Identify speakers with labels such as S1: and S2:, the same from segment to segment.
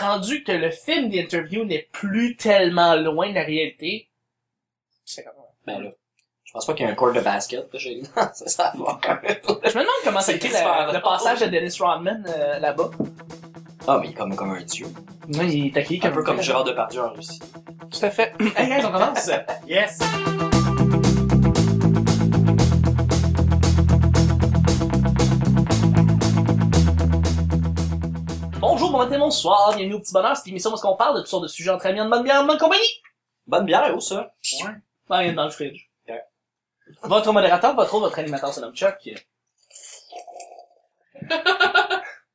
S1: rendu que le film d'interview n'est plus tellement loin de la réalité, c'est comme...
S2: Ben là, je pense pas qu'il y a un court de basket là, chez nous. C'est ça à voir.
S1: euh, Je me demande comment ça a
S2: C'est
S1: été
S2: Christopher
S1: la- le
S2: Nolan.
S1: passage de Dennis Rodman euh, là-bas.
S2: Ah, mais il est comme, comme un dieu.
S1: Moi, il est accueilli
S2: Un peu comme Gérard Depardieu en Russie.
S1: Tout à fait. hey, guys, on commence. yes. Bonjour, bon matin, bonsoir. Bienvenue au petit bonheur. C'est l'émission où on parle de toutes sortes de sujets entre amis, en bonne bière, en bonne compagnie.
S2: Bonne bière, où ça?
S1: Pas rien dans le fridge.
S2: Ouais.
S1: Votre modérateur, votre autre, votre animateur, c'est nomme Chuck.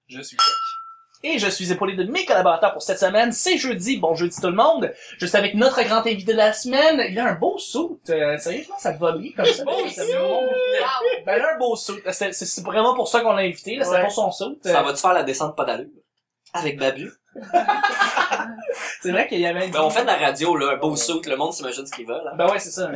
S3: Je suis Chuck.
S1: Et je suis épaulé de mes collaborateurs pour cette semaine. C'est jeudi. Bon jeudi tout le monde. Je suis avec notre grand invité de la semaine. Il a un beau saut. sérieusement, ça te va bien comme ça.
S3: Beau
S1: Ça
S3: suit!
S1: me montre. Ben, il a un beau saut. C'est c'est vraiment pour ça qu'on l'a invité. là. C'est
S3: Ouais.
S1: pour son saut.
S2: Ça va-tu faire la descente pas d'allure? Avec Babu?
S1: C'est vrai qu'il y avait une...
S2: Ben, on fait de la radio, là, un beau saut, le monde s'imagine ce qu'ils veulent. hein.
S1: Ben ouais, c'est ça.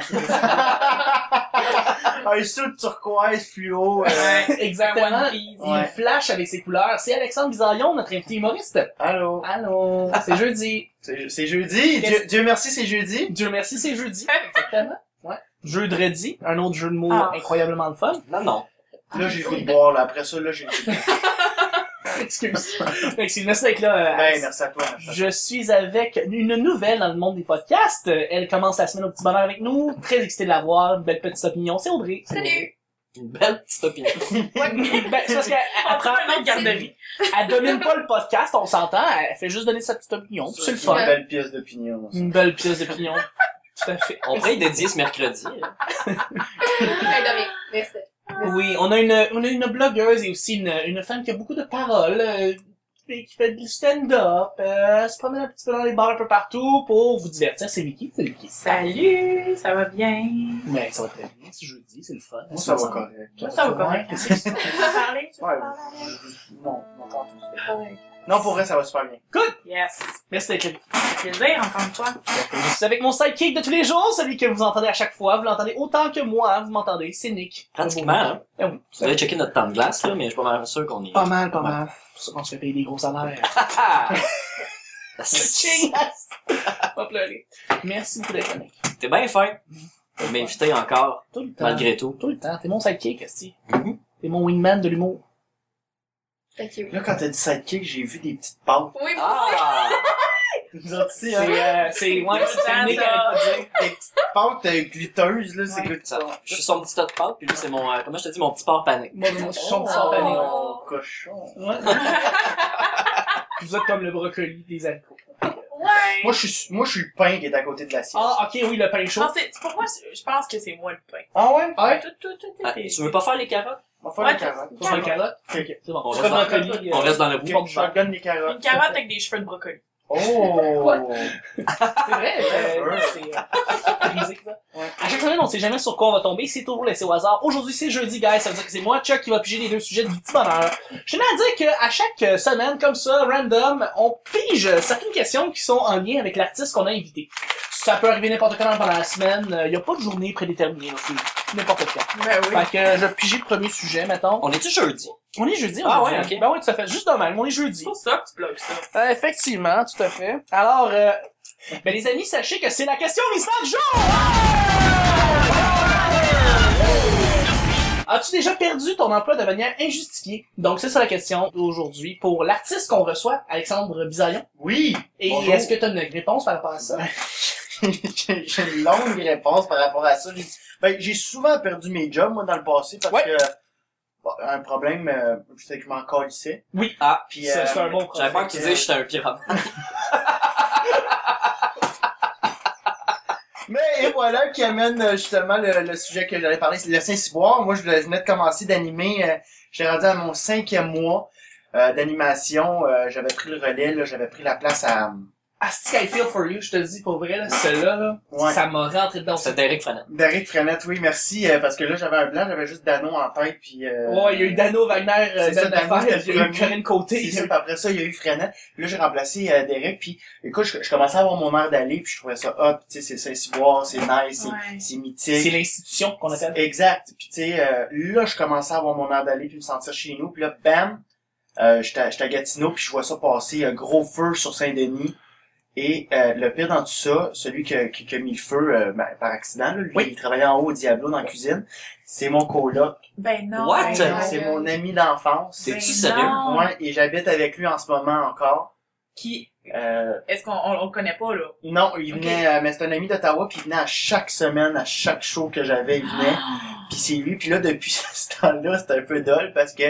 S4: un sou turquoise fluo. Euh...
S1: Ouais, Exactement.
S5: One
S1: Il
S5: Piece.
S4: Ouais.
S1: flash avec ses couleurs. C'est Alexandre Bizarion, notre invité humoriste.
S4: Allô.
S1: Allô. C'est jeudi.
S4: C'est c'est jeudi.
S1: Qu'est-ce-
S4: Dieu, Dieu merci, c'est jeudi.
S1: Dieu merci, c'est jeudi. Exactement. Ouais. Jeudredi, un autre jeu de mots
S5: Ah.
S1: incroyablement le fun.
S2: Non, non.
S4: Là, j'ai le goût de boire. Là. Après ça, là, j'ai le goût de boire.
S1: Excuse. Excuse. Merci d'être là. euh,
S4: Ben, merci à toi. merci à toi.
S1: Je suis avec une nouvelle dans le monde des podcasts. Euh, Elle commence la semaine au petit bonheur avec nous. Très excité de la voir. Une belle petite opinion. C'est Audrey.
S5: Salut!
S2: Une belle petite opinion.
S1: ben, c'est parce qu'elle elle prend
S5: On prend un
S1: pas de
S5: autre film.
S1: garderie. Elle domine pas le podcast, on s'entend. Elle fait juste donner sa petite opinion. C'est le
S4: Une
S1: fun.
S4: belle pièce d'opinion. ça.
S1: Une belle pièce d'opinion. Tout à fait.
S2: On pourrait y dédier ce mercredi. hein.
S5: Hey, Dominique, merci.
S1: Oui, on a une, on a une blogueuse et aussi une, une femme qui a beaucoup de paroles, euh, et qui fait du stand-up, euh, elle se promène un petit peu dans les bars un peu partout pour vous divertir. C'est Vicky, c'est Vicky.
S5: Salut, ça va bien?
S1: Mais ça va très bien, c'est jeudi, c'est le fun.
S4: Moi, ça va correct.
S5: Ça va correct.
S1: Ouais,
S5: Tu veux parler? Tu veux
S4: Ouais.
S5: parler?
S4: Non, non, pas en tout.
S5: Correct.
S4: Non, pour vrai, ça va super bien.
S5: Yes.
S1: Merci d'être là.
S5: Plaisir, encore une fois.
S1: Je suis avec mon sidekick de tous les jours, celui que vous entendez à chaque fois. Vous l'entendez autant que moi, hein, vous m'entendez. C'est Nick.
S2: Pratiquement, hein.
S1: Eh oui.
S2: Vous allez checker notre temps de glace, là, mais je suis pas mal sûr qu'on est.
S1: Pas mal, pas mal. C'est pour ça qu'on se fait payer des gros salaires.
S2: Ah!
S1: Ching! Pas pleurer. Merci beaucoup d'être là, Nick.
S2: T'es bien fin. de m'inviter encore,
S1: Tout le temps.
S2: malgré tout.
S1: Tout le temps. T'es mon sidekick, Esti.
S2: Mhm.
S1: T'es mon wingman de l'humour.
S5: Thank you.
S4: Là, quand t'as dit sidekick, j'ai vu des petites pattes.
S5: Oui,
S2: Ah!
S4: Nous autres
S1: C'est,
S4: ici, hein.
S1: euh, c'est, ouais, c'est
S5: ça,
S1: Nick
S5: ça.
S1: avec
S4: Des petites pattes euh, gliteuses, là, c'est
S1: Ouais.
S4: que
S2: Ça, je suis son petit tas de pâtes, puis lui, c'est mon, euh, comment je te dis, mon petit porc panique.
S1: moi, moi, je suis son petit
S5: Oh.
S1: symphonique.
S4: Oh, cochon.
S1: Ouais. Puis vous êtes comme le brocoli des haricots.
S5: Ouais!
S4: Moi, je suis, moi, je suis le pain qui est à côté de l'assiette.
S1: Ah, ok, oui, le pain
S5: Je
S1: chaud.
S5: pense que c'est- pour moi, je je pense que c'est moi le pain.
S4: Ah ouais?
S1: Ouais.
S5: Tout, tout, tout, tout.
S2: Ah,
S5: est-
S2: tu veux pas faire les carottes?
S4: On va faire
S5: Ouais,
S4: une carotte.
S1: Pour les carottes.
S4: Ok, ok.
S1: C'est bon.
S2: On
S1: Je
S2: reste
S1: crois
S2: dans-
S1: que le brocoli,
S2: On
S1: euh,
S2: reste dans le bout.
S4: Ok, shotgun les carottes.
S5: Une carotte avec des cheveux de brocoli.
S4: Oh!
S1: C'est vrai, euh,
S4: Ouais.
S1: c'est euh, brisé, ça.
S4: Ouais.
S1: À chaque semaine, on sait jamais sur quoi on va tomber, c'est toujours laissé au hasard. Aujourd'hui, c'est jeudi, guys, ça veut dire que c'est moi, Chuck, qui va piger les deux sujets du petit bonheur. Je tenais à dire qu'à chaque euh, semaine, comme ça, random, on pige euh, certaines questions qui sont en lien avec l'artiste qu'on a invité. Ça peut arriver n'importe quand pendant la semaine, il n'y a pas de journée prédéterminée, là, c'est n'importe quand.
S5: Ben
S1: Fait que euh, je vais piger le premier sujet, mettons.
S2: On est-tu jeudi?
S1: On est jeudi,
S2: Ah
S1: aujourd'hui.
S2: ouais, ok.
S1: Ben ouais, tout à fait, juste de même, on est jeudi.
S5: C'est pour ça que tu bloques ça.
S1: Euh, effectivement, tout à fait. Alors, euh, ben les amis, sachez que c'est la question Ah! mystère du jour! As-tu déjà perdu ton emploi de manière injustifiée? Donc, c'est ça la question d'aujourd'hui pour l'artiste qu'on reçoit, Alexandre Bizarion.
S4: Oui!
S1: Et
S4: Bonjour.
S1: est-ce que tu as une réponse par rapport à ça?
S4: j'ai j'ai une longue réponse par rapport à ça. J'ai- Ben, j'ai souvent perdu mes jobs, moi, dans le passé, parce
S1: Ouais.
S4: que, bon, un problème, euh, je sais que je m'en calissais.
S1: Oui.
S2: Ah,
S4: Puis, euh,
S1: c'est un bon
S2: J'avais
S1: problème.
S2: peur que tu dises que j'étais un pirate.
S4: mais, et voilà qui amène, euh, justement, le, le sujet que j'allais parler, c'est le Saint-Cyboire. Moi, je voulais- je venais de commencer d'animer, euh, j'étais rendu à mon cinquième mois, euh, d'animation, Euh, j'avais pris le relais, là, j'avais pris la place à, euh,
S1: Asti, I feel for you, je te le dis pour vrai, là, celle-là, là,
S4: Ouais.
S1: ça m'a rentré dedans.
S2: C'est Derek Frenette.
S4: Derek Frenette, oui, merci, euh, parce que là, j'avais un blanc, j'avais juste Dano en tête, puis... euh,
S1: Ouais, il y a eu Dano Wagner, euh,
S4: C'est ça,
S1: Ben
S4: Dano,
S1: Affaire,
S4: c'était
S1: il y a eu
S4: le premier.
S1: Corinne Côté,
S4: C'est
S1: il y a
S4: ça,
S1: eu-
S4: puis après ça, il y a eu Frenette. Puis Là, j'ai remplacé euh, Derek, puis écoute, je, je commençais à avoir mon air d'aller, puis je trouvais ça hot, tu sais, c'est Saint-Cyboire, c'est nice, c'est-
S5: Ouais.
S4: c'est
S1: c'est
S4: mythique.
S1: l'institution qu'on appelle.
S4: Exact. Puis tu sais, euh, là, je commençais à avoir mon air d'aller, puis me sentir chez nous, puis là, bam, Euh, J'étais à j'étais à Gatineau, puis je vois ça passer, un gros feu sur Saint-Denis. Et euh, le pire dans tout ça, celui qui, a- qui- qui a mis le feu euh, ben, par accident, là, lui,
S1: Oui.
S4: il travaillait en haut au Diablo dans la cuisine, c'est mon coloc,
S5: Ben non.
S2: What?
S5: ben
S4: c'est
S5: non.
S4: c'est mon ami d'enfance.
S5: Ben
S2: C'est-tu sérieux?
S5: non.
S4: Ouais, et j'habite avec lui en ce moment encore.
S5: Qui?
S4: Euh,
S5: Est-ce qu'on on, on le connaît pas, là?
S4: non, il
S5: Ok.
S4: venait, euh, mais c'est un ami d'Ottawa, puis il venait à chaque semaine, à chaque show que j'avais, il venait.
S5: Ah.
S4: Puis c'est lui, puis là, depuis ce temps-là, c'est un peu dole parce que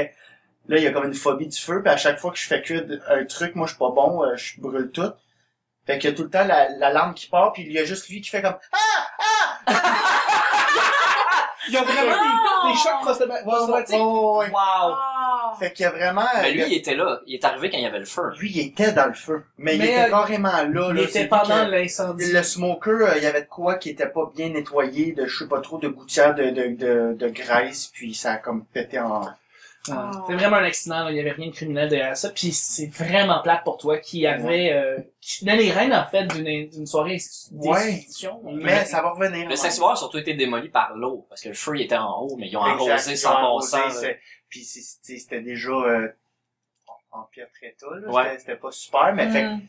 S4: là, il y a comme une phobie du feu, puis à chaque fois que je fais cuire un truc, moi, je suis pas bon, euh, je brûle tout. Fait qu'il y a tout le temps la, l'alarme qui part, puis il y a juste lui qui fait comme
S1: Il y a vraiment
S5: Non!
S1: des, des chocs prostomatiques.
S4: Oh, ouais, ouais.
S1: Wow!
S5: Ah!
S4: Fait qu'il y a vraiment...
S2: Mais
S4: euh,
S2: lui, il était là. Il est arrivé quand il y avait le feu.
S4: lui, il était dans le feu, mais, il
S1: Mais,
S4: était
S1: euh,
S4: carrément là.
S1: Il
S4: là, c'est
S1: était
S4: lui
S1: pendant
S4: que-
S1: l'incendie.
S4: Le smoker, euh, il y avait de quoi qui était pas bien nettoyé, de je sais pas trop, de gouttière de, de, de, de graisse, puis ça a comme pété en...
S1: Ah. C'était vraiment un accident, là. il n'y avait rien de criminel derrière ça. Puis c'est vraiment plate pour toi qui avait... Euh, qui tenait les rênes, en fait, d'une d'une soirée d'institution.
S4: Mais ça va revenir.
S2: Le
S4: ouais.
S2: sanctuaire a surtout été démoli par l'eau, parce que le feu, il était en haut, mais ils ont arrosé
S4: Exact,
S2: sans bon
S4: arrosé,
S2: sens. euh. là.
S4: c'est- Puis c'est- c'est- c'était déjà euh, en en pire très tôt, là.
S2: Ouais.
S4: C'était- C'était pas super, mais fait que-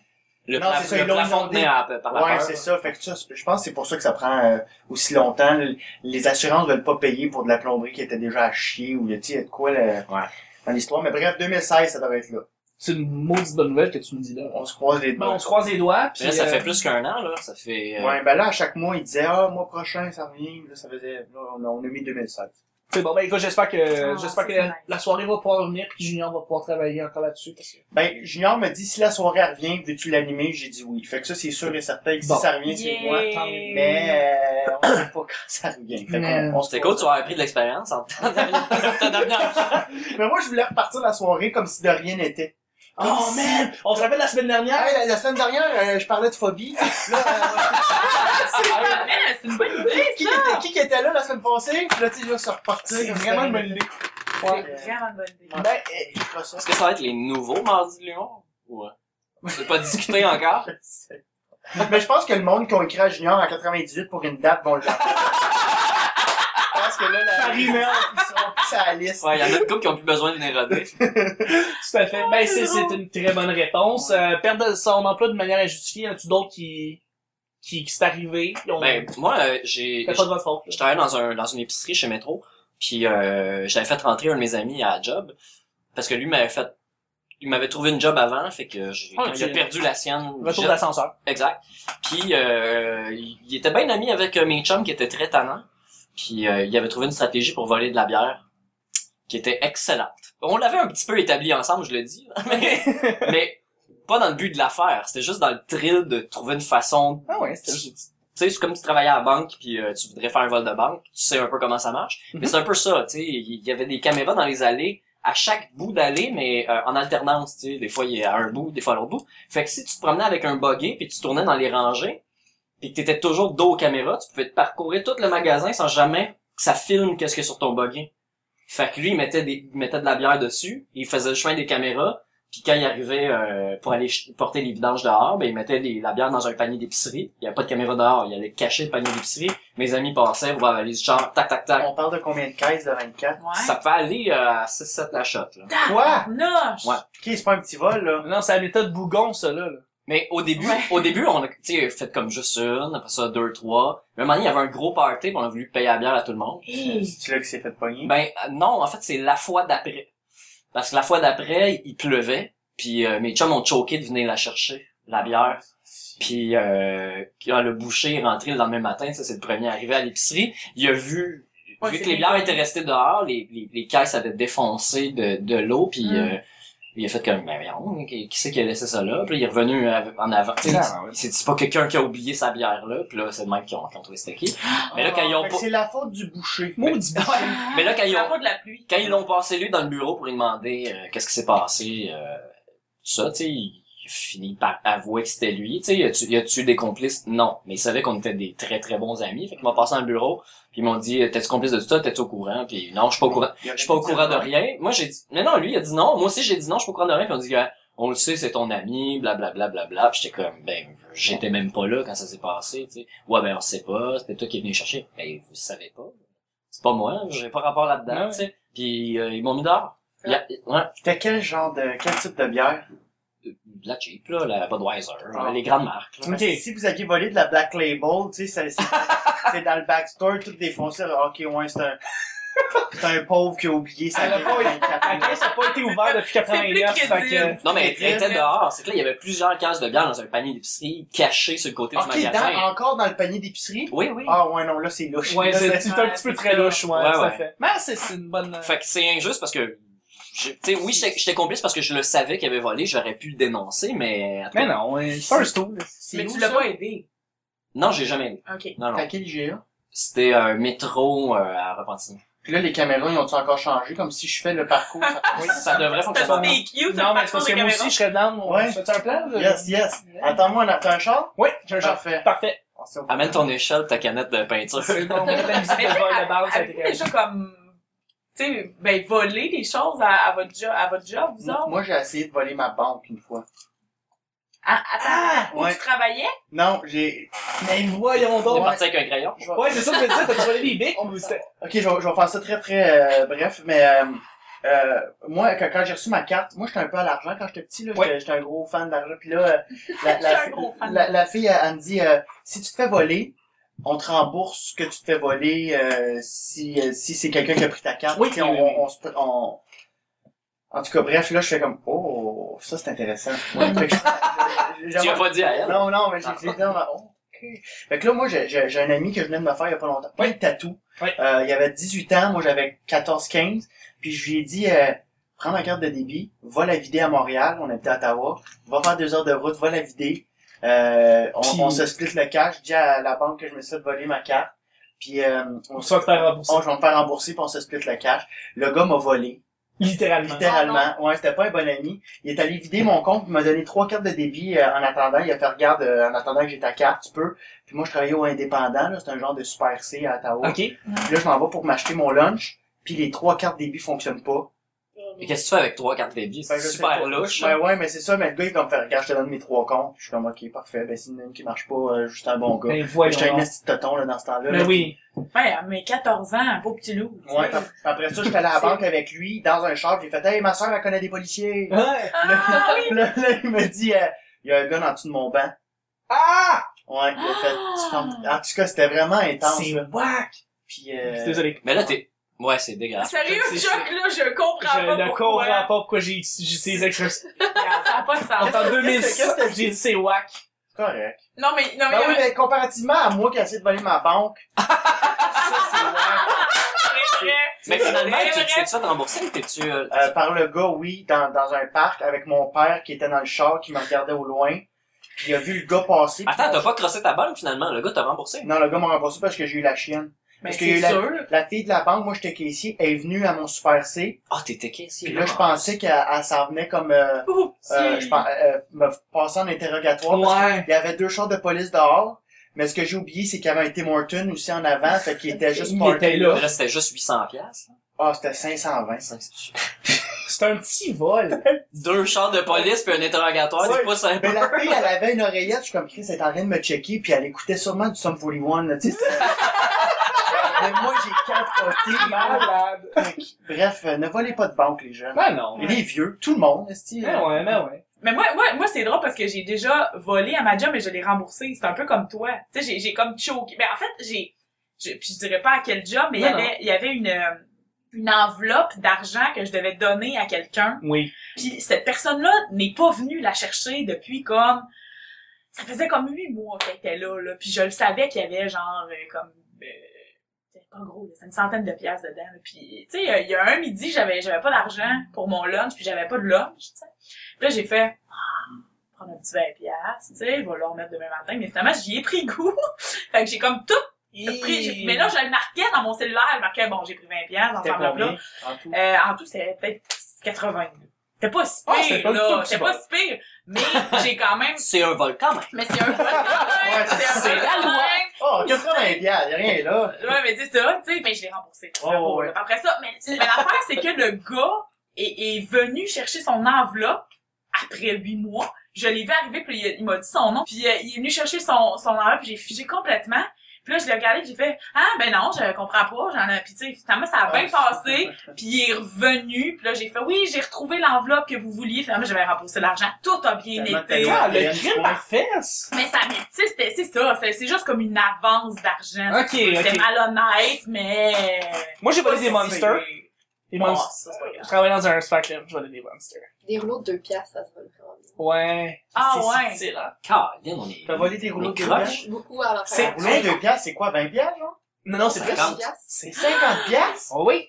S2: Le,
S4: Non,
S2: plaf-
S4: c'est ça,
S2: le
S4: ils l'ont
S2: plafond
S4: inondé.
S2: tenait à, par la
S4: Ouais,
S2: peur.
S4: c'est ça. Fait que ça, c'est- je pense que c'est pour ça que ça prend euh, aussi longtemps. Les assurances veulent pas payer pour de la plomberie qui était déjà à chier ou le tu sais, il y a de quoi là,
S2: Ouais.
S4: dans l'histoire. Mais bref, 2016, ça devrait être là.
S1: C'est une maudite bonne nouvelle que tu me dis là.
S4: On se croise les
S1: Bon,
S4: doigts.
S1: on se croise les doigts, puis...
S2: Mais là, ça
S1: euh,
S2: fait plus qu'un an, là. Ça fait... euh,
S4: Ouais, ben là, à chaque mois, il disait, ah, mois prochain, ça revient. Là, ça faisait, là, on a, on a mis 2016.
S1: C'est bon, ben écoute, j'espère que,
S5: Ah,
S1: j'espère
S5: ça,
S1: que
S5: c'est
S1: la,
S5: nice.
S1: la soirée va pouvoir venir puis Junior va pouvoir travailler encore là-dessus. parce que-
S4: Ben, Junior me dit, si la soirée revient, veux-tu l'animer? J'ai dit oui. Fait que ça, c'est sûr et certain que
S1: Bon.
S4: si ça revient, c'est moi.
S5: Yay.
S1: tant mieux.
S4: Mais euh, on sait pas quand ça revient. Fait
S1: Mais-
S4: qu'on- on se
S2: C'était cool,
S4: pose-
S2: tu as appris de l'expérience en t'en amenant.
S4: Mais moi, je voulais repartir la soirée comme si de rien n'était.
S1: Oh man! On se rappelle la semaine dernière?
S4: Hey, la, la semaine dernière, euh, je parlais de phobie. Là, euh,
S5: C'est pas mal, Ah, c'est une bonne idée,
S4: qui,
S5: ça!
S4: était, qui qui était là la semaine passée? Puis là, tu sais, je suis reparti.
S1: C'est
S4: comme si
S1: vraiment
S4: de
S1: une
S4: rien
S1: bonne
S4: n'était.
S5: C'est
S4: Ouais.
S5: vraiment une bonne idée.
S4: Ben, euh, je ferai ça.
S2: Est-ce que ça va être les nouveaux Mardis de l'humour? Ouais. C'est pas discuté encore?
S4: Mais je pense que le monde qui a écrit à Junior en 98 pour une date, vont le faire. Je pense que là, la...
S1: Par email,
S4: ils sont plus à la liste.
S2: Ouais, il y en a de couple qui ont plus besoin de venir roder.
S1: Tout à fait. Ben, c'est,
S5: c'est
S1: c'est
S5: drôle.
S1: une très bonne réponse. Euh, perdre de- son emploi de manière injustifiée, y en a-tu d'autres qui, qui, qui c'est arrivé? Ils ont-
S2: Ben, moi, euh, j'ai...
S1: c'est pas de votre faute.
S2: je travaillais dans un dans une épicerie chez Métro, puis euh, j'avais fait rentrer un de mes amis à la job parce que lui m'avait fait il m'avait trouvé une job avant, fait que j'ai
S1: Ah,
S2: il a
S1: tu-
S2: perdu la sienne.
S1: Retour
S2: J'ai-
S1: d'ascenseur.
S2: Exact. Puis euh, il était bien ami avec euh, mes chums qui étaient très tannants. Puis euh, il avait trouvé une stratégie pour voler de la bière qui était excellente. On l'avait un petit peu établi ensemble, je le dis, mais, mais pas dans le but de l'affaire. C'était juste dans le thrill de trouver une façon
S1: Ah ouais,
S2: tu tu- tu sais, c'est comme si tu travaillais à la banque puis euh, tu voudrais faire un vol de banque, tu sais un peu comment ça marche. Mais c'est un peu ça, tu sais, il y avait des caméras dans les allées à chaque bout d'allée mais euh, en alternance, tu sais, des fois il est à un bout, des fois à l'autre bout. Fait que si tu te promenais avec un buggy puis tu tournais dans les rangées, puis que t'étais toujours dos aux caméras, tu pouvais te parcourir tout le magasin sans jamais que ça filme qu'est-ce qu'il y a sur ton buggy. Fait que lui, il mettait, des, il mettait de la bière dessus, il faisait le chemin des caméras, puis quand il arrivait euh, pour aller ch- porter les vidanges dehors, ben, il mettait les- la bière dans un panier d'épicerie. Il n'y avait pas de caméra dehors, il allait cacher le panier d'épicerie. Mes amis passaient, on va aller genre tac tac tac.
S4: On parle de combien de caisses de 24?
S5: Ouais.
S2: Ça peut aller euh, à 6-7 la shot. Là.
S4: Quoi?
S5: Noche!
S2: Ouais.
S4: Ok, c'est pas un petit vol, là.
S1: Non, c'est à l'état de bougon, ça, là. là.
S2: Mais au début, au début, on a tu sais, fait comme juste une, après ça deux, trois. Mais un moment donné, il y avait un gros party, puis on a voulu payer la bière à tout le monde.
S5: Hey.
S4: C'est là qui s'est fait pogner.
S2: Ben euh, non, en fait, c'est la fois d'après. Parce que la fois d'après, il pleuvait, puis euh, mes chums ont choqué de venir la chercher, la bière. Puis euh, quand le boucher est rentré le lendemain matin, ça c'est le premier arrivé à l'épicerie, il a vu
S5: Ouais,
S2: vu
S5: c'est
S2: que les
S5: bien.
S2: bières étaient restées dehors, les, les, les caisses avaient défoncé de, de l'eau, puis
S5: Mm.
S2: euh, il a fait comme ben voyons, qui, qui c'est qui a laissé ça là Puis il est revenu av- en avant. Tu sais,
S4: Ah, ouais.
S2: C'est c'est pas quelqu'un qui a oublié sa bière là, puis là c'est le même qui ont qui ont trouvé c'était qui. Mais là quand ils ont
S4: Ah, Fait que
S2: pas-
S4: C'est la faute du boucher.
S1: Maudit bougon.
S2: mais là quand ils
S5: La
S2: ont
S5: fois de la pluie.
S2: quand ils l'ont passé lui dans le bureau pour lui demander euh, qu'est-ce qui s'est passé, euh, tout ça, tu sais, il finit par avouer que c'était lui. Tu sais, y a-tu- y a-tu des complices? Non. Mais il savait qu'on était des très très bons amis. Fait qu'ils m'ont passé dans le bureau, puis ils m'ont dit, t'es-tu complice de tout ça? T'es-tu au courant? Puis non, je suis pas au courant. Je suis pas au courant de rien. Moi, j'ai dit, mais non, lui, il a dit non. Moi aussi, j'ai dit non, je suis pas au courant de rien. Puis on dit, Ah, on le sait, c'est ton ami, blablabla, blablabla. Puis j'étais comme, ben, j'étais même pas là quand ça s'est passé, tu sais. Ouais, ben, on sait pas, c'était toi qui es venu chercher. Ben, vous savez pas. C'est pas moi, j'ai pas rapport là-dedans,
S1: Ouais.
S2: tu sais. Puis euh, ils m'ont mis dehors. Il y a- ouais,
S4: C'était quel genre de, quel type de bière?
S2: de la cheap, là, la Budweiser,
S4: Ah.
S2: hein, les grandes marques. là.
S1: Ok.
S4: Si vous aviez volé de la Black Label, tu sais, c'est- c'est c'est dans le backstory, tout défoncé. Ok, ouais, c'est un, c'est un pauvre qui a oublié sa
S1: Elle a pas eu- La
S4: 24
S1: caisse n'a pas été ouverte depuis
S5: C'est
S1: 89,
S5: plus
S1: fait
S5: crédible.
S1: que...
S2: Non, mais
S4: Crédible.
S2: elle était dehors. C'est que là, il y avait plusieurs cases de bière dans un panier d'épicerie caché sur le côté du
S4: Ok,
S2: magasin.
S4: dans, encore dans le panier d'épicerie?
S2: Oui, oui.
S4: Ah, ouais, non, là, c'est louche.
S1: Ouais,
S4: Là,
S1: c'est
S4: c'est-
S1: c'est un petit peu très louche, ouais,
S2: Ouais,
S1: tout à
S2: ouais.
S1: fait. Mais c'est c'est une bonne... euh,
S2: Fait que c'est injuste parce que, je- tu sais, oui, j'étais j'étais complice parce que je le savais qu'il avait volé, j'aurais pu le dénoncer, mais... en tout
S1: Mais
S2: cas,
S1: non, ouais, first tool.
S4: c'est
S5: Mais
S4: où,
S5: tu l'as
S4: ça?
S5: pas aidé.
S2: Non, j'ai jamais aimé.
S5: Ok.
S2: Non, non.
S4: T'as quel IGA?
S2: C'était un métro euh, à Repentigny.
S4: Puis là, les caméras, ils ont-tu encore changé? Comme si je fais le parcours. ça-
S2: Oui, ça devrait
S5: T'as
S2: fonctionner.
S5: des cute,
S1: Non, mais c'est parce que moi aussi, je serais dedans. On
S4: Ouais.
S1: se fait un plan? là? Ah.
S4: yes, yes. Attends-moi, on a t'as un char?
S1: Oui, j'ai un genre.
S4: Parfait.
S1: Parfait.
S4: On s'est-
S2: Amène ton échelle, ta canette de peinture.
S1: C'est bon, on met la musique de vol de barbe, ça a été
S5: Avez-vous déjà comme, tu sais, ben, voler des choses à, à votre, jo- à votre job, vous autres?
S4: Moi, j'ai essayé de voler ma banque une fois.
S5: Ah, attends, où
S4: ouais.
S5: tu travaillais?
S4: Non, j'ai...
S1: Mais voyons
S2: T'es
S1: donc.
S2: parti avec un crayon.
S4: je vais-
S1: Ouais, c'est ça que je disais, t'as volé des bics ou c'était...
S4: Ok, je vais, je vais faire ça très très euh, bref, mais euh, euh, moi quand, quand j'ai reçu ma carte, moi j'étais un peu à l'argent quand j'étais petit là,
S1: Ouais.
S4: j'étais- j'étais un gros fan d'argent. Puis là, euh, la, la,
S5: J'étais un gros fan.
S4: la, la fille elle, elle me dit euh, si tu te fais voler, on te rembourse ce que tu te fais voler euh, si euh, si c'est quelqu'un qui a pris ta carte.
S1: Oui,
S4: Puis on,
S1: oui, oui.
S4: on, on se peut- on- en tout cas bref là je fais comme oh ça c'est intéressant. Fait que je-
S2: Tu l'as pas dit à elle.
S4: non, non, mais j'ai j'ai dit, ah, ok. Fait que là, moi, j'ai- j'ai j'ai un ami que je venais de me faire il y a pas longtemps. Plein de tatou.
S1: Oui.
S4: Euh, il avait 18 ans, moi j'avais 14, 15. Puis je lui ai dit, euh, prends ma carte de débit, va la vider à Montréal, on était à Ottawa, va faire deux heures de route, va la vider. Euh, on,
S1: Puis-
S4: on se split le cash, je dis à la banque que je me suis fait voler ma carte. Puis euh, on,
S1: On se fait faire rembourser.
S4: on- je vais me faire rembourser, puis on se split le cash. Le gars m'a volé.
S1: Littéralement.
S4: Littéralement. ouais, c'était pas un bon ami. Il est allé vider mon compte, il m'a donné trois cartes de débit euh, en attendant. Il a fait regarde euh, en attendant que j'ai ta carte, tu peux. Puis moi je travaillais au indépendant, là, c'est un genre de super C à Ottawa.
S1: Ok.
S4: Puis là je m'en vais pour m'acheter mon lunch, puis les trois cartes débit fonctionnent pas.
S2: Mais qu'est-ce que tu fais avec trois cartes débit?
S4: Ben,
S2: C'est
S4: je sais
S2: super
S4: pas.
S2: louche. hein.
S4: Ouais ouais, mais c'est ça, mais le gars il comme fait regarde, je te donne mes trois comptes. Je suis comme OK, parfait. Ben c'est une qui marche pas, euh, juste un bon gars.
S1: Ben voyons
S4: J'étais un
S1: donc.
S4: esti de toton là dans ce temps-là.
S1: Mais
S4: là.
S1: oui.
S5: Ouais, à mes 14 ans, un beau petit loup. tu sais.
S4: Ouais, ap- après ça, j'étais allé à la banque avec lui, dans un char, j'ai fait, hey, ma soeur, elle connaît des policiers.
S1: Ouais.
S4: Là,
S5: Ah,
S4: là, là, il me dit, euh, il y a un gars en dessous de mon banc.
S1: Ah!
S4: Ouais, il a fait,
S5: Ah.
S4: tu fermes- En tout cas, c'était vraiment intense.
S1: C'est
S4: là.
S1: whack!
S4: Puis, euh,
S1: Désolé.
S2: Mais là, t'es... Ouais, Ah, c'est dégueulasse.
S5: Sérieux,
S1: C'est-
S5: Chuck, là, je comprends
S1: Je
S5: pas
S1: ne comprends
S5: pourquoi.
S1: pas pourquoi j'ai utilisé quelque chose.
S5: Ça a pas de
S1: En
S5: sens.
S1: temps
S4: qu'est-ce
S1: 2007,
S4: que
S1: j'ai dit c'est whack.
S4: c'est correct.
S5: Non, mais, non, Ah, mais,
S4: Ben oui, mais comparativement à moi qui a essayé de voler ma banque. ça, c'est vrai.
S5: c'est vrai.
S2: Mais finalement,
S5: C'est
S2: tu
S5: vrai.
S2: tu t'es fait rembourser ou t'es-tu... euh,
S4: Euh, par le gars, oui, dans, dans un parc avec mon père qui était dans le char, qui me regardait au loin. Puis il a vu le gars passer. puis
S2: Attends,
S4: il a-
S2: t'as pas crossé ta balle finalement, le gars t'a remboursé.
S4: Non, le gars m'a remboursé parce que j'ai eu la chienne.
S5: Mais
S4: Parce qu'il y a eu
S5: c'est
S4: la-
S5: sûr.
S4: La fille de la banque, moi j'étais caissier, elle est venue à mon Super C.
S2: Ah, t'étais caissier.
S4: Puis là, je pensais qu'elle elle s'en venait comme... euh,
S5: Ouh, petit.
S4: euh, je pense- euh, me passer en interrogatoire. parce
S1: Ouais.
S4: Il y avait deux chars de police dehors, mais ce que j'ai oublié, c'est qu'il y avait un Tim Horton aussi en avant, fait qu'il était juste
S1: Il
S4: parké.
S1: était là.
S2: Là, c'était juste 800 piastres.
S4: Ah, c'était 520. ça.
S1: C'est un petit vol.
S2: Deux chars de police puis un interrogatoire,
S4: Ouais. Ben,
S2: c'est pas simple.
S4: Mais la fille, elle avait une oreillette, je suis comme Chris, elle était en train de me checker, puis elle écoutait sûrement du Sum 41, là, tu sais. c'était- mais moi, j'ai capoté. man.
S1: Malade.
S4: Bref, euh, ne volez pas de banque, les jeunes.
S1: Ben non.
S4: Les vieux, tout le monde, est
S1: Mais Ben ouais, mais ouais.
S5: Mais moi, moi, moi c'est drôle parce que j'ai déjà volé à ma job, mais je l'ai remboursé. C'est un peu comme toi. Tu sais, j'ai- j'ai comme choqué. Mais en fait, j'ai, je, puis je dirais pas à quel job, mais il y
S1: Non,
S5: avait, il y avait une, euh, une enveloppe d'argent que je devais donner à quelqu'un.
S1: Oui.
S5: Puis cette personne-là n'est pas venue la chercher depuis comme, ça faisait comme huit mois qu'elle était là, là. Puis je le savais qu'il y avait genre, euh, comme, euh, c'était pas gros, là, c'était une centaine de pièces dedans. là. Puis, tu sais, euh, il y a un midi, j'avais, j'avais pas d'argent pour mon lunch, puis j'avais pas de lunch, tu sais. Puis là, j'ai fait, prendre un petit 20 pièces, tu sais, je vais le remettre demain matin. Mais finalement, j'y ai pris goût. fait que j'ai comme tout pris. j'ai- Mais là, je le marquais dans mon cellulaire. Je marquais, bon, j'ai pris 20 pièces dans cette
S4: C'était
S5: enveloppe-là.
S4: combien, en tout?
S5: Euh, en tout, c'était peut-être 80. C'était pas si
S1: Ah, c'était
S5: pire,
S1: pas du tout
S5: là.
S1: petit
S5: C'était pas
S1: vol.
S5: si pire. Mais j'ai quand même...
S2: C'est un vol quand même.
S5: Mais c'est un vol.
S4: Ouais, c'est-
S5: c'est
S4: c'est
S5: un
S4: la
S5: vol.
S4: loi. Oh, 80 piastres, y'a rien là.
S5: Ouais, mais c'est ça, tu sais, ben, je l'ai remboursé.
S4: Oh,
S5: Ça vaut,
S4: ouais.
S5: là. Après ça, mais, mais l'affaire, c'est que le gars est, est venu chercher son enveloppe après huit mois. Je l'ai vu arriver, puis il, il m'a dit son nom. Puis euh, il est venu chercher son, son enveloppe, puis j'ai figé complètement. Puis là, je l'ai regardé, puis j'ai fait Ah, ben non, je comprends pas. J'en ai. Puis tu sais, finalement, ça a bien
S4: Ah,
S5: passé. Puis il est revenu. Puis là, j'ai fait Oui, j'ai retrouvé l'enveloppe que vous vouliez. Finalement, j'avais remboursé l'argent. Tout a bien
S4: Tellement
S5: été.
S4: tellement.
S1: Ah,
S4: Ouais,
S1: le
S4: je
S1: crime
S4: crois.
S1: parfait!
S5: Mais ça, mais tu sais, c'était- c'est ça. C'est c'est juste comme une avance d'argent.
S1: Ok,
S5: C'était
S1: ok.
S5: malhonnête, mais.
S1: Moi, j'ai volé
S5: Pas
S1: des
S5: si-
S1: monsters. Des
S5: Bon,
S1: monsters.
S5: ça, c'est pas grave.
S1: Je travaille dans un spec, là, je volais des monsters.
S6: Des rouleaux de 2 piastres, ça se vole vraiment bien.
S1: Ouais.
S5: Ah
S1: C'est- hein.
S5: ouais.
S1: C'est là.
S2: Caroline, on est.
S4: T'as volé des rouleaux de
S2: Mais
S4: deux
S2: croche.
S4: piastres?
S6: Beaucoup à la
S1: C'est-
S4: Un rouleau de deux piastres, c'est quoi, 20 piastres, genre?
S1: Non, non, c'est
S2: Ça
S1: plus.
S2: compte.
S6: 50 piastres.
S1: C'est-
S4: C'est 50 piastres?
S1: Oh oui!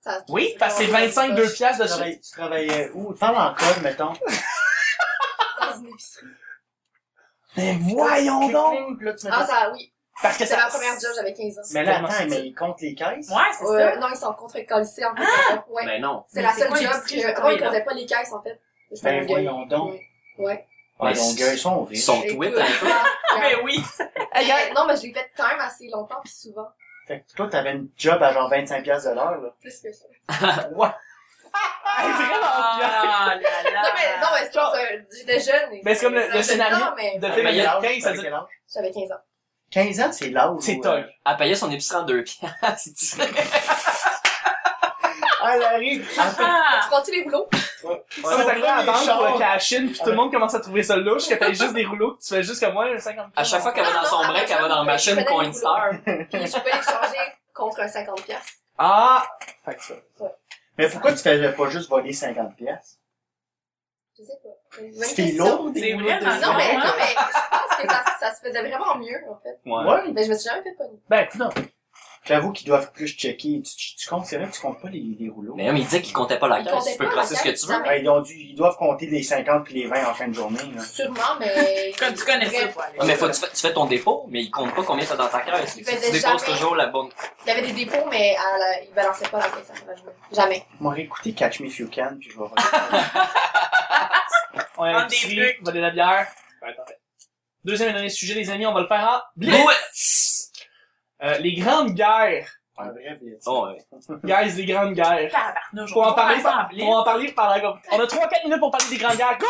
S6: Ça-
S1: Oui, parce que c'est 25 2 piastres
S4: Tu
S1: de suite.
S4: travailles- tu travaillais où? Parle en code, mettons.
S6: Dans une épicerie.
S1: Mais voyons
S4: Cling,
S1: donc!
S4: cling, puis là, tu mets
S6: Ah,
S4: des-
S6: ça, oui.
S1: Parce que
S6: C'était
S1: ça.
S6: ma première job, j'avais 15 ans.
S4: Mais là,
S1: Comment
S4: attends,
S1: c'est-
S4: mais ils comptent les caisses?
S5: Ouais, c'est
S6: Euh,
S5: ça.
S6: non, ils sont contre colissés en fait.
S1: Ah!
S6: ouais.
S2: Ben non.
S6: C'est
S5: Mais
S6: la
S5: c'est
S6: seule
S5: quoi
S6: job
S5: l'épicerie, je
S6: que...
S5: crois,
S6: Ouais, ils
S5: là?
S6: comptaient pas les caisses, en fait. C'était
S4: Ben
S6: mon gars.
S4: voyons donc.
S6: Ouais.
S2: Ouais,
S4: Voyons,
S2: c'est-
S4: gars, ils sont
S2: Ils
S4: riches.
S2: sont
S6: Ouais.
S2: tweets.
S1: hein.
S6: Écoute,
S5: Ah,
S6: ah,
S5: Ben oui.
S6: Hey, gars, Non, mais je l'ai fait quand même assez longtemps puis souvent.
S4: Fait que toi, t'avais une job à genre 25 piastres de l'heure, là.
S6: Plus que ça.
S1: Ah, vraiment bien.
S5: Ah là là.
S6: Non, mais, non, mais c'est pas ça. J'étais jeune. et-
S1: Ah. Mais c'est comme le-
S6: ça
S1: le
S6: me fait
S1: scénario
S6: temps, mais
S1: de-
S4: T'avais
S1: fait, mais il y a
S4: quel âge?
S1: 15, ça
S4: T'avais
S1: dit-
S4: quel âge?
S6: J'avais 15 ans.
S4: 15 ans, c'est l'âge.
S1: C'est
S4: où,
S1: tol.
S4: euh,
S2: Elle payait son épicerie en deux piastres.
S1: Ah,
S4: Elle arrive.
S1: ben,
S5: Ah,
S6: Tu comptes les rouleaux?
S1: Ça t'arrives à la
S4: les
S1: banque
S4: chars.
S1: ou à Cashin, puis tout le
S4: Ouais.
S1: monde commence à trouver ça louche, que t'as juste des rouleaux, que tu fais juste comme moi, j'ai 50
S2: à chaque fois qu'elle va
S6: Ah
S2: dans son break, elle va dans la machine Coinstar.
S6: Puis je peux les changer contre un 50 piastres.
S1: Ah! Fait que ça.
S4: Mais pourquoi tu faisais pas juste voler 50 piastres?
S6: Je sais pas. Bonne
S4: C'est
S6: question. Ah
S4: lourd.
S5: C'est
S4: des rouleaux
S5: vrai,
S4: de-
S5: dans-
S6: Non, mais, non, mais je pense que ça, ça se faisait vraiment mieux, en fait.
S1: Ouais.
S4: Ouais.
S6: Mais je me suis jamais fait pogner.
S1: Ben, non.
S4: J'avoue qu'ils doivent plus checker. Tu, tu, tu comptes, c'est vrai, que tu comptes pas les, les rouleaux.
S2: Mais mais il disait qu'il comptait pas la
S6: Ils
S2: caisse.
S6: comptaient
S2: Tu peux
S6: pas
S2: crosser
S6: la
S2: ce que
S6: caisse,
S2: tu veux.
S6: jamais.
S4: Ouais, ils, ont dû, ils doivent compter les 50 puis les 20 en fin de journée, là.
S6: Sûrement, mais.
S5: Comme tu connais ça, toi,
S2: Ouais, mais faut que tu, fais, tu fais ton dépôt, mais il compte pas combien t'as dans ta caisse. Tu
S6: Il faisait
S2: déposes
S6: jamais.
S2: toujours la bonne.
S6: Il y avait des dépôts, mais à la- ils balançaient pas la caisse à la journée. Jamais.
S4: Moi, écoutez Catch Me If You Can puis je vais voir.
S1: On va
S5: Prendre des
S1: épicerie, voler la bière. Ouais, parfait. Deuxième et dernier sujet, les amis, on va le faire en blitz! Euh, les grandes guerres.
S4: Un vrai blitz.
S2: Oh, ouais.
S1: Guys, les grandes guerres.
S5: Tabarnouche,
S1: Faut en
S5: on va
S1: parler, par-
S5: rassembler.
S1: faut en parler pendant... On a 3-4 minutes pour parler des grandes guerres. Go!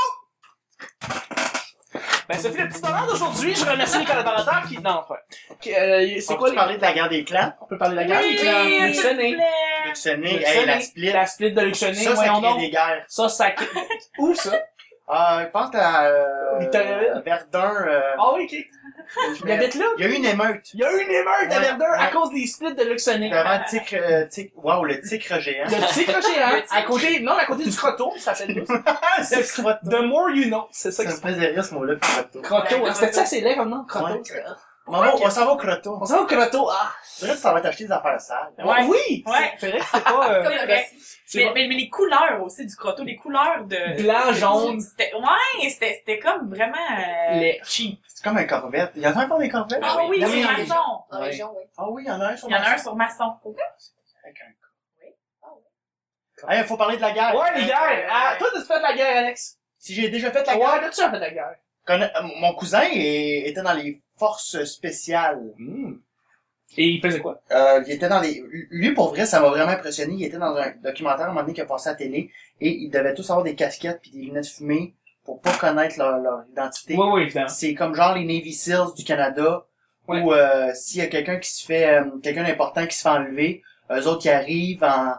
S1: Ben, ça fait le petit moment d'aujourd'hui. Je remercie les collaborateurs qui... Non, enfin... qui- euh,
S4: C'est
S1: C'est
S4: quoi
S1: quoi
S4: tu
S1: les...
S4: parler de la guerre des clans?
S1: On peut parler de la guerre
S5: Oui,
S1: des clans.
S5: s'il
S1: Le
S5: vous
S1: Chenet.
S5: plaît.
S4: Le Chenet,
S1: Le
S4: hey,
S1: Chenet,
S4: la split.
S1: La split de Luxonné,
S4: Ça, ça
S1: voyons
S4: crée
S1: donc.
S4: des guerres.
S1: Ça, ça... Où, ça?
S4: Ah, je pense à euh,
S1: Victoriaville?
S4: à Verdun. euh,
S1: Ah oui, OK.
S4: je
S1: Il habite là?
S4: Il y a eu une émeute.
S1: Il y a eu une émeute à
S4: Ouais,
S1: Verdun à
S4: ouais.
S1: cause des splits de Luxonné.
S4: Vraiment, tigre, euh, tigre, wow, le tigre géant.
S1: Il y a le petit crochet, hein? À côté, non, à côté du croton, ça fait le
S4: C'est crotto.
S1: The more you know, c'est ça
S4: Ça
S1: que
S4: me
S1: c'est.
S4: faisait rire ce mot-là, le crotto.
S1: Croto, hein. C'était ça, c'est lèvres, non? Croto.
S4: Ouais. Maman, on s'en va au crotto.
S1: On s'en va au croto, ah!
S4: Là, tu t'en vas t'acheter des affaires sales.
S5: Ouais.
S1: Oui!
S5: Ouais.
S1: C'est vrai que c'est pas, euh,
S6: Comme le
S5: vrai.
S6: reste.
S1: c'est
S5: Mais,
S1: pas
S5: mais, mais les couleurs aussi du croteau, les couleurs de...
S1: blanc, jaune,
S5: C'était- Ouais, c'était c'était comme vraiment... euh,
S1: lait.
S5: cheap.
S4: C'est comme un corvette. Il y en a encore des corvettes?
S5: Ah oui,
S4: Non,
S5: c'est
S4: mais-
S5: maçon.
S6: Dans
S4: Ouais.
S6: la région, oui.
S4: Ah oui, il y en a un sur
S5: Il y en a un
S4: Marseille.
S5: sur maçon.
S4: Avec un coup.
S6: Oui. Ah
S4: Hey, faut parler de la guerre.
S1: Ouais, les guerres! Ah,
S4: Euh,
S1: toi, t'as fait la guerre, Alex?
S4: Si j'ai déjà fait la
S1: Ouais,
S4: guerre.
S1: toi, tu as fait la guerre.
S4: Conna- euh, Mon cousin est- était dans les forces spéciales.
S1: Hmm. Et il faisait quoi?
S4: Euh, il était dans les. Lui, pour vrai, ça m'a vraiment impressionné. Il était dans un documentaire à un moment donné qui a passé à la télé et ils devaient tous avoir des casquettes puis des lunettes fumées pour pas connaître leur, leur identité.
S1: Oui, oui, évidemment.
S4: C'est comme genre les Navy Seals du Canada
S1: Ouais.
S4: où euh, s'il y a quelqu'un qui se fait. euh, quelqu'un d'important qui se fait enlever, eux autres qui arrivent en.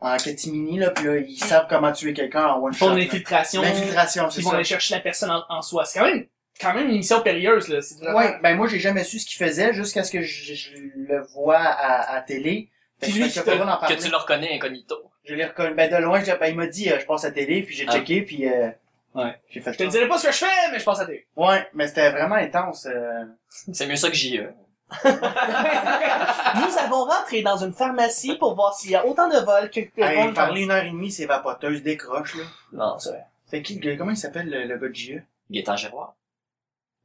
S4: en catimini, là, puis là, ils savent comment tuer quelqu'un en one
S1: Ils font
S4: shot.
S1: de
S4: là.
S1: l'infiltration.
S4: L'infiltration, c'est
S1: Ils vont
S4: ça.
S1: aller chercher la personne en, en soi. C'est quand même, quand même une mission périlleuse, là. C'est vraiment-
S4: Ouais, ben moi j'ai jamais su ce qu'il faisait jusqu'à ce que je, je le vois à, à télé. Fait
S1: Puis
S4: que
S1: lui,
S4: je fais
S1: qui
S4: pas
S1: te-
S4: le droit d'en parler.
S2: Que tu le reconnais incognito.
S4: Je l'ai reconnu. Ben de loin, je- ben, il m'a dit, euh, je passe à télé, puis j'ai
S2: Ah.
S4: checké, puis euh,
S1: Ouais.
S4: j'ai fait
S1: Je te
S4: ça.
S1: dirais pas ce que je fais, mais je pense à tes.
S4: Ouais, mais c'était vraiment intense. euh.
S2: C'est mieux ça que E. j'y ai.
S1: Nous avons rentré dans une pharmacie pour voir s'il y a autant de vols que que
S4: Hey,
S1: vols par-
S4: parler une heure et demie, c'est vapoteuse, décroche, là.
S2: Non, c'est vrai.
S4: C'est qui le gars? Comment il s'appelle le, le gars de E? JE?
S2: Gaétan Giroir.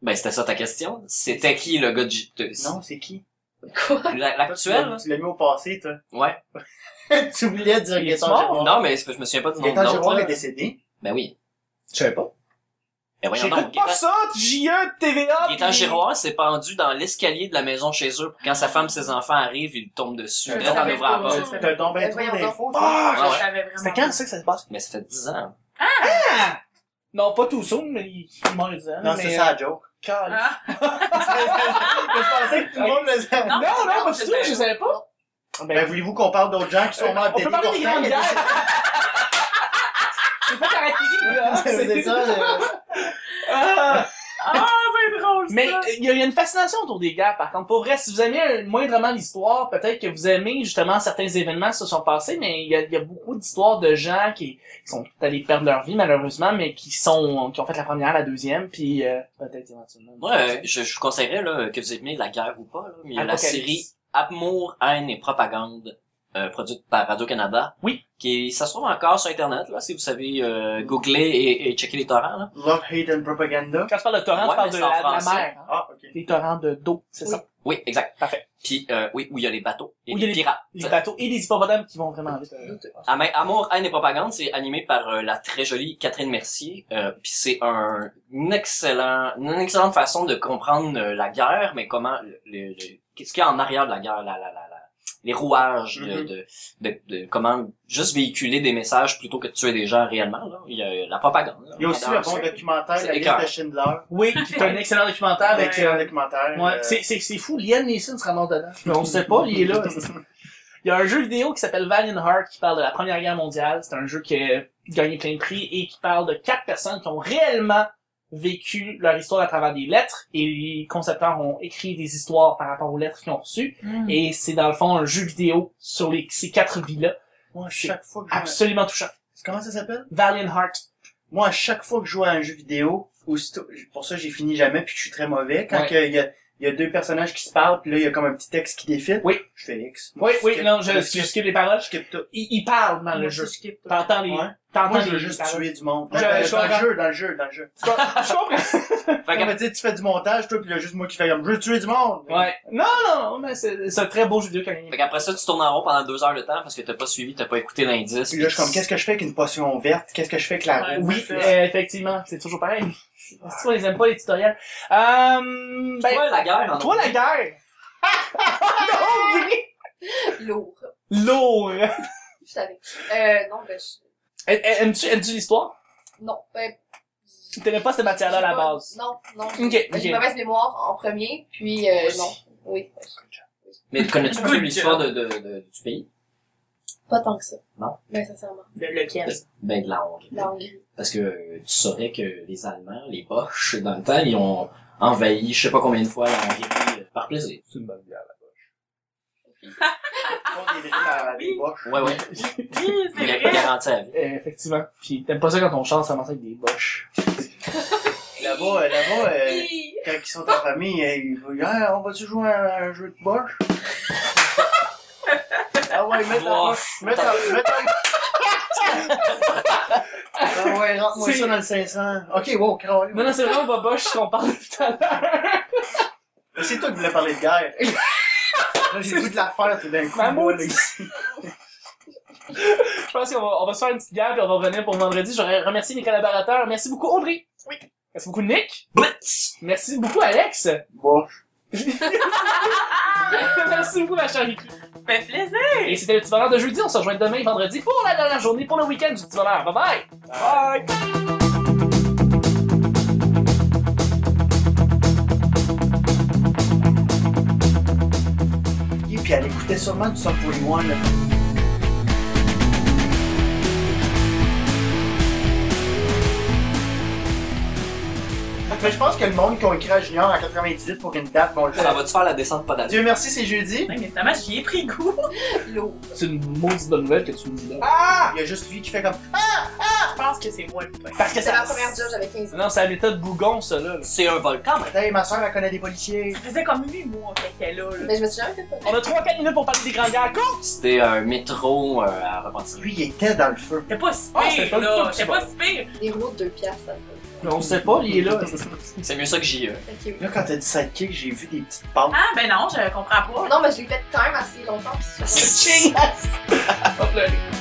S2: Ben, c'était ça ta question. C'était qui le gars de J- de-
S4: Non, c'est qui?
S2: La-
S4: Toi, tu
S2: L'actuel,
S4: l'as-
S2: là?
S4: Tu l'as mis au passé, toi.
S2: Ouais.
S4: tu voulais dire
S1: Il est
S4: Gaétan
S1: mort?
S4: Giroir.
S2: Non, mais c'est- je me souviens pas du nom de
S4: Gaétan
S2: l'autre.
S4: Giroir est
S2: là.
S4: décédé.
S2: Ben oui.
S1: Je savais pas.
S2: Ben voyons donc.
S1: J'écoute pas
S2: Gaétan-
S1: ça, E JE, TVA.
S2: Gaétan
S1: puis-
S2: Giroir s'est pendu dans l'escalier de la maison chez eux. Puis Quand sa femme et ses enfants arrivent, il tombe dessus.
S4: Je
S2: Là, en
S5: savais
S2: ouvrant la
S5: pas.
S2: porte.
S4: T'as Ah. donc bien
S6: Ben,
S4: trop
S6: voyons
S4: d'infos, toi.
S1: Ah!
S2: Ah ouais.
S5: Je savais vraiment.
S1: C'était quand ça que ça se passe?
S2: Mais ça fait 10 ans.
S1: Non, pas tout soon, mais il, il mange des ailes.
S4: Non,
S1: mais, euh,
S4: c'est ça la joke.
S1: calme.
S5: Ah,
S4: je pensais que tout le monde le savait.
S5: non,
S1: Non, non, pas du
S5: c'est
S1: tout,
S5: ça.
S1: je savais pas.
S4: Ben, Euh, voulez-vous qu'on parle d'autres gens qui sont morts
S1: on peut parler des grandes guerres. C'est pas caractéristique, là.
S4: C'est ça, le-
S1: Ah.
S5: Ah, c'est drôle,
S1: Mais
S5: ça.
S1: euh, il y, a- il y a une fascination autour des guerres, par contre. Pour vrai, si vous aimez euh, moindrement l'histoire, peut-être que vous aimez justement certains événements qui se sont passés, mais il y a, il y a beaucoup d'histoires de gens qui, qui sont allés perdre leur vie, malheureusement, mais qui sont qui ont fait la première, la deuxième, puis euh, peut-être éventuellement.
S2: Moi, euh, je, je vous conseillerais là, que vous aimiez la guerre ou pas, là, mais il y a la
S1: Apocalypse.
S2: série Amour, haine et propagande, euh, produite par Radio-Canada.
S1: Oui.
S2: Qui, ça se trouve encore sur Internet, là, si vous savez euh, googler et, et checker les torrents. Là.
S4: Love, hate and propaganda.
S1: Quand tu parles de torrent,
S2: Ouais,
S1: tu parles
S2: mais
S1: de
S2: c'est en
S1: la, de la
S2: français.
S1: mer. hein.
S4: Ah, ok.
S1: Des torrents de d'eau, c'est
S6: Oui.
S1: ça.
S2: Oui, exact.
S1: Parfait.
S2: Puis, euh, oui, où il y a les bateaux et
S1: Où il y a
S2: les,
S1: les-
S2: pirates.
S1: Les bateaux et les hippopotames qui vont vraiment vite. euh,
S2: Ah, mais Amour, haine et propagande, c'est animé par euh, la très jolie Catherine Mercier. Euh, Puis c'est un une excellent, une excellente façon de comprendre euh, la guerre, mais comment le, le- le- qu'est-ce qu'il y a en arrière de la guerre, la, la, la, la- les rouages de-
S4: Mhm.
S2: de, de, de comment juste véhiculer des messages plutôt que de tuer des gens réellement. Là. Il y a euh, la propagande. là.
S4: Il y a aussi le bon documentaire,
S2: C'est
S4: la liste
S2: écœurant.
S4: de Schindler. Ben,
S1: Oui, qui est un excellent documentaire
S4: Un
S1: avec.
S4: excellent
S1: euh,
S4: documentaire.
S1: Ouais,
S4: euh,
S1: c'est, c'est, c'est fou, Liam Neeson se ramasse dedans. Mais on sait pas, il est là. Il y a un jeu vidéo qui s'appelle Valiant Heart qui parle de la Première Guerre mondiale. C'est un jeu qui a gagné plein de prix et qui parle de quatre personnes qui ont réellement vécu leur histoire à travers des lettres et les concepteurs ont écrit des histoires par rapport aux lettres qu'ils ont reçues.
S4: Mm-hmm.
S5: Mm.
S1: Et c'est dans le fond un jeu vidéo sur les, ces quatre vies-là.
S4: Moi, à chaque fois que je joue à-
S1: Absolument touchant.
S4: Comment ça s'appelle?
S1: Valiant Heart.
S4: moi, à chaque fois que je joue à un jeu vidéo, aussitôt- pour ça, j'ai fini jamais puis que je suis très mauvais. Quand
S1: Ouais.
S4: que il y, a, il y a deux personnages qui se parlent puis là, il y a comme un petit texte qui défile.
S1: Oui.
S4: Je fais X.
S1: Oui, oui, non, je,
S4: Je
S1: je
S4: skip.
S1: skip les paroles.
S4: Je skip tout.
S1: Il, il parle dans
S5: Moi
S1: le
S5: aussi,
S1: jeu.
S5: je skip tout.
S1: T'entends les,
S4: Ouais.
S1: t'entends
S4: Moi, je veux
S1: les
S4: juste
S1: paroles.
S4: tuer du monde.
S1: Je-
S4: dans,
S1: je
S4: dans
S1: comprends.
S4: le jeu, dans le jeu, dans le jeu.
S1: Je comprends.
S2: Fait que-
S4: Non, mais tu sais, tu fais du montage, toi, puis il y a juste moi qui fais comme, je veux tuer du monde.
S1: Ouais. Non, Ah non, mais c'est, c'est un très beau jeu vidéo qui a gagné.
S2: Fait qu'après ça, tu tournes en rond pendant deux heures de temps parce que t'as pas suivi, t'as pas écouté l'indice.
S4: Puis là, je suis comme, qu'est-ce que je fais avec une potion verte? Qu'est-ce que je fais avec la
S5: Ouais,
S4: roue?
S1: Oui,
S5: c'est ça.
S1: euh, effectivement, c'est toujours pareil. C'est toi, ils aiment pas les tutoriels. Euh, ben,
S2: Toi, la guerre, en
S1: toi, la guerre! En Hongrie!
S6: Lourd.
S1: Lourd!
S6: Je savais. Euh, non, ben, je...
S1: Eh, eh, Aimes-tu, aimes-tu l'histoire?
S6: Non, ben...
S1: T'aimais pas cette matière-là à la
S6: j'ai pas-
S1: base?
S6: Non, non.
S1: Ok,
S6: J'ai
S1: ok.
S6: une mauvaise mémoire en premier, puis euh, non. Oui,
S2: Mais connais-tu un peu
S5: Good
S2: l'histoire de, de, de- du pays?
S6: pas tant que ça.
S2: Non.
S6: Ben, sincèrement.
S5: Le- lequel?
S2: Ben, de la Hongrie.
S6: La Hongrie.
S2: Parce que euh, tu saurais que les Allemands, les Boches, dans le temps, ils ont envahi je sais pas combien de fois la Hongrie euh, par plaisir.
S3: C'est une bonne bière, là.
S4: On est venu à des boches.
S2: Ouais, ouais.
S5: Oui, c'est
S2: Il
S5: vrai.
S2: garanti à vie.
S1: Euh, effectivement. Puis t'aimes pas ça quand on chante, ça marche avec des boches.
S4: Là-bas, euh, là-bas, euh,
S6: Hi.
S4: quand ils sont en famille, euh, ils vont dire, Hey, on va-tu jouer à un jeu de boche? ah ouais, mettre la
S2: Wow.
S4: boche, mettre la, mettre la... Ah ouais, rentre-moi
S1: C'est-
S4: ça dans le 500. Ok, wow, carrément.
S1: Non, non, c'est vraiment pas boche qu'on parle depuis tout à l'heure.
S4: Mais C'est toi qui voulais parler de guerre. Là, j'ai le goût de la faire tout d'un coup.
S1: Ma
S4: moi, là,
S1: maudite.
S4: ici.
S1: Je pense qu'on va, on va se faire une petite guerre puis on va revenir pour vendredi. J'aurais remercié mes collaborateurs. Merci beaucoup, Audrey.
S6: Oui.
S1: Merci beaucoup, Nick.
S2: Blitz!
S1: Merci beaucoup, Alex.
S4: Boche.
S1: Merci beaucoup, ma chère Vicky.
S5: Ça fait plaisir.
S1: Et c'était le petit bonheur de jeudi. On se rejoint demain, vendredi, pour la dernière journée, pour le week-end du petit bonheur. Bye bye!
S4: Bye. Et puis elle écoutait sûrement du Sum 41. là. Mais je pense que le monde qui a écrit à Junior en 98 pour une date, bon, le
S2: Ça
S4: savait.
S2: va-tu faire la descente pas d'adieu?
S4: Dieu merci, c'est jeudi.
S5: Ouais, mais finalement, j'y ai pris goût.
S6: Lourd.
S1: C'est une maudite bonne nouvelle que tu me dis là.
S4: Ah! Il y a juste lui qui fait comme.
S5: Je pense que c'est moi le pire.
S1: Parce que
S6: C'est
S1: ça.
S6: ma première job, j'avais 15 ans.
S1: Non, c'est la méthode bougon, ça, là.
S2: C'est un volcan, mais
S4: Hey, ma soeur, elle connaît des policiers.
S5: Ça faisait comme huit mois qu'elle était là. là.
S6: Mais je me suis jamais fait pas.
S1: On a 3-4 minutes pour parler des grandes guerres. Go!
S2: c'était un métro euh, à repentir.
S4: Lui, il était dans le feu.
S5: C'était pas si
S1: Ah, c'était
S5: pire,
S1: pas le
S5: là.
S1: top,
S5: C'était
S1: c'est
S5: pas si pire.
S6: Des rouleaux de 2 piastres, ça se
S1: On sait pas, il est là.
S2: C'est mieux ça que j'y ai. eu.
S6: Fait que-
S4: Là, quand t'as dit sidekick, j'ai vu des petites pattes.
S5: Ah, ben non, je comprends pas.
S6: Non, mais je l'ai fait quand même assez longtemps. puis souvent-
S1: Ching! Pas pleurer.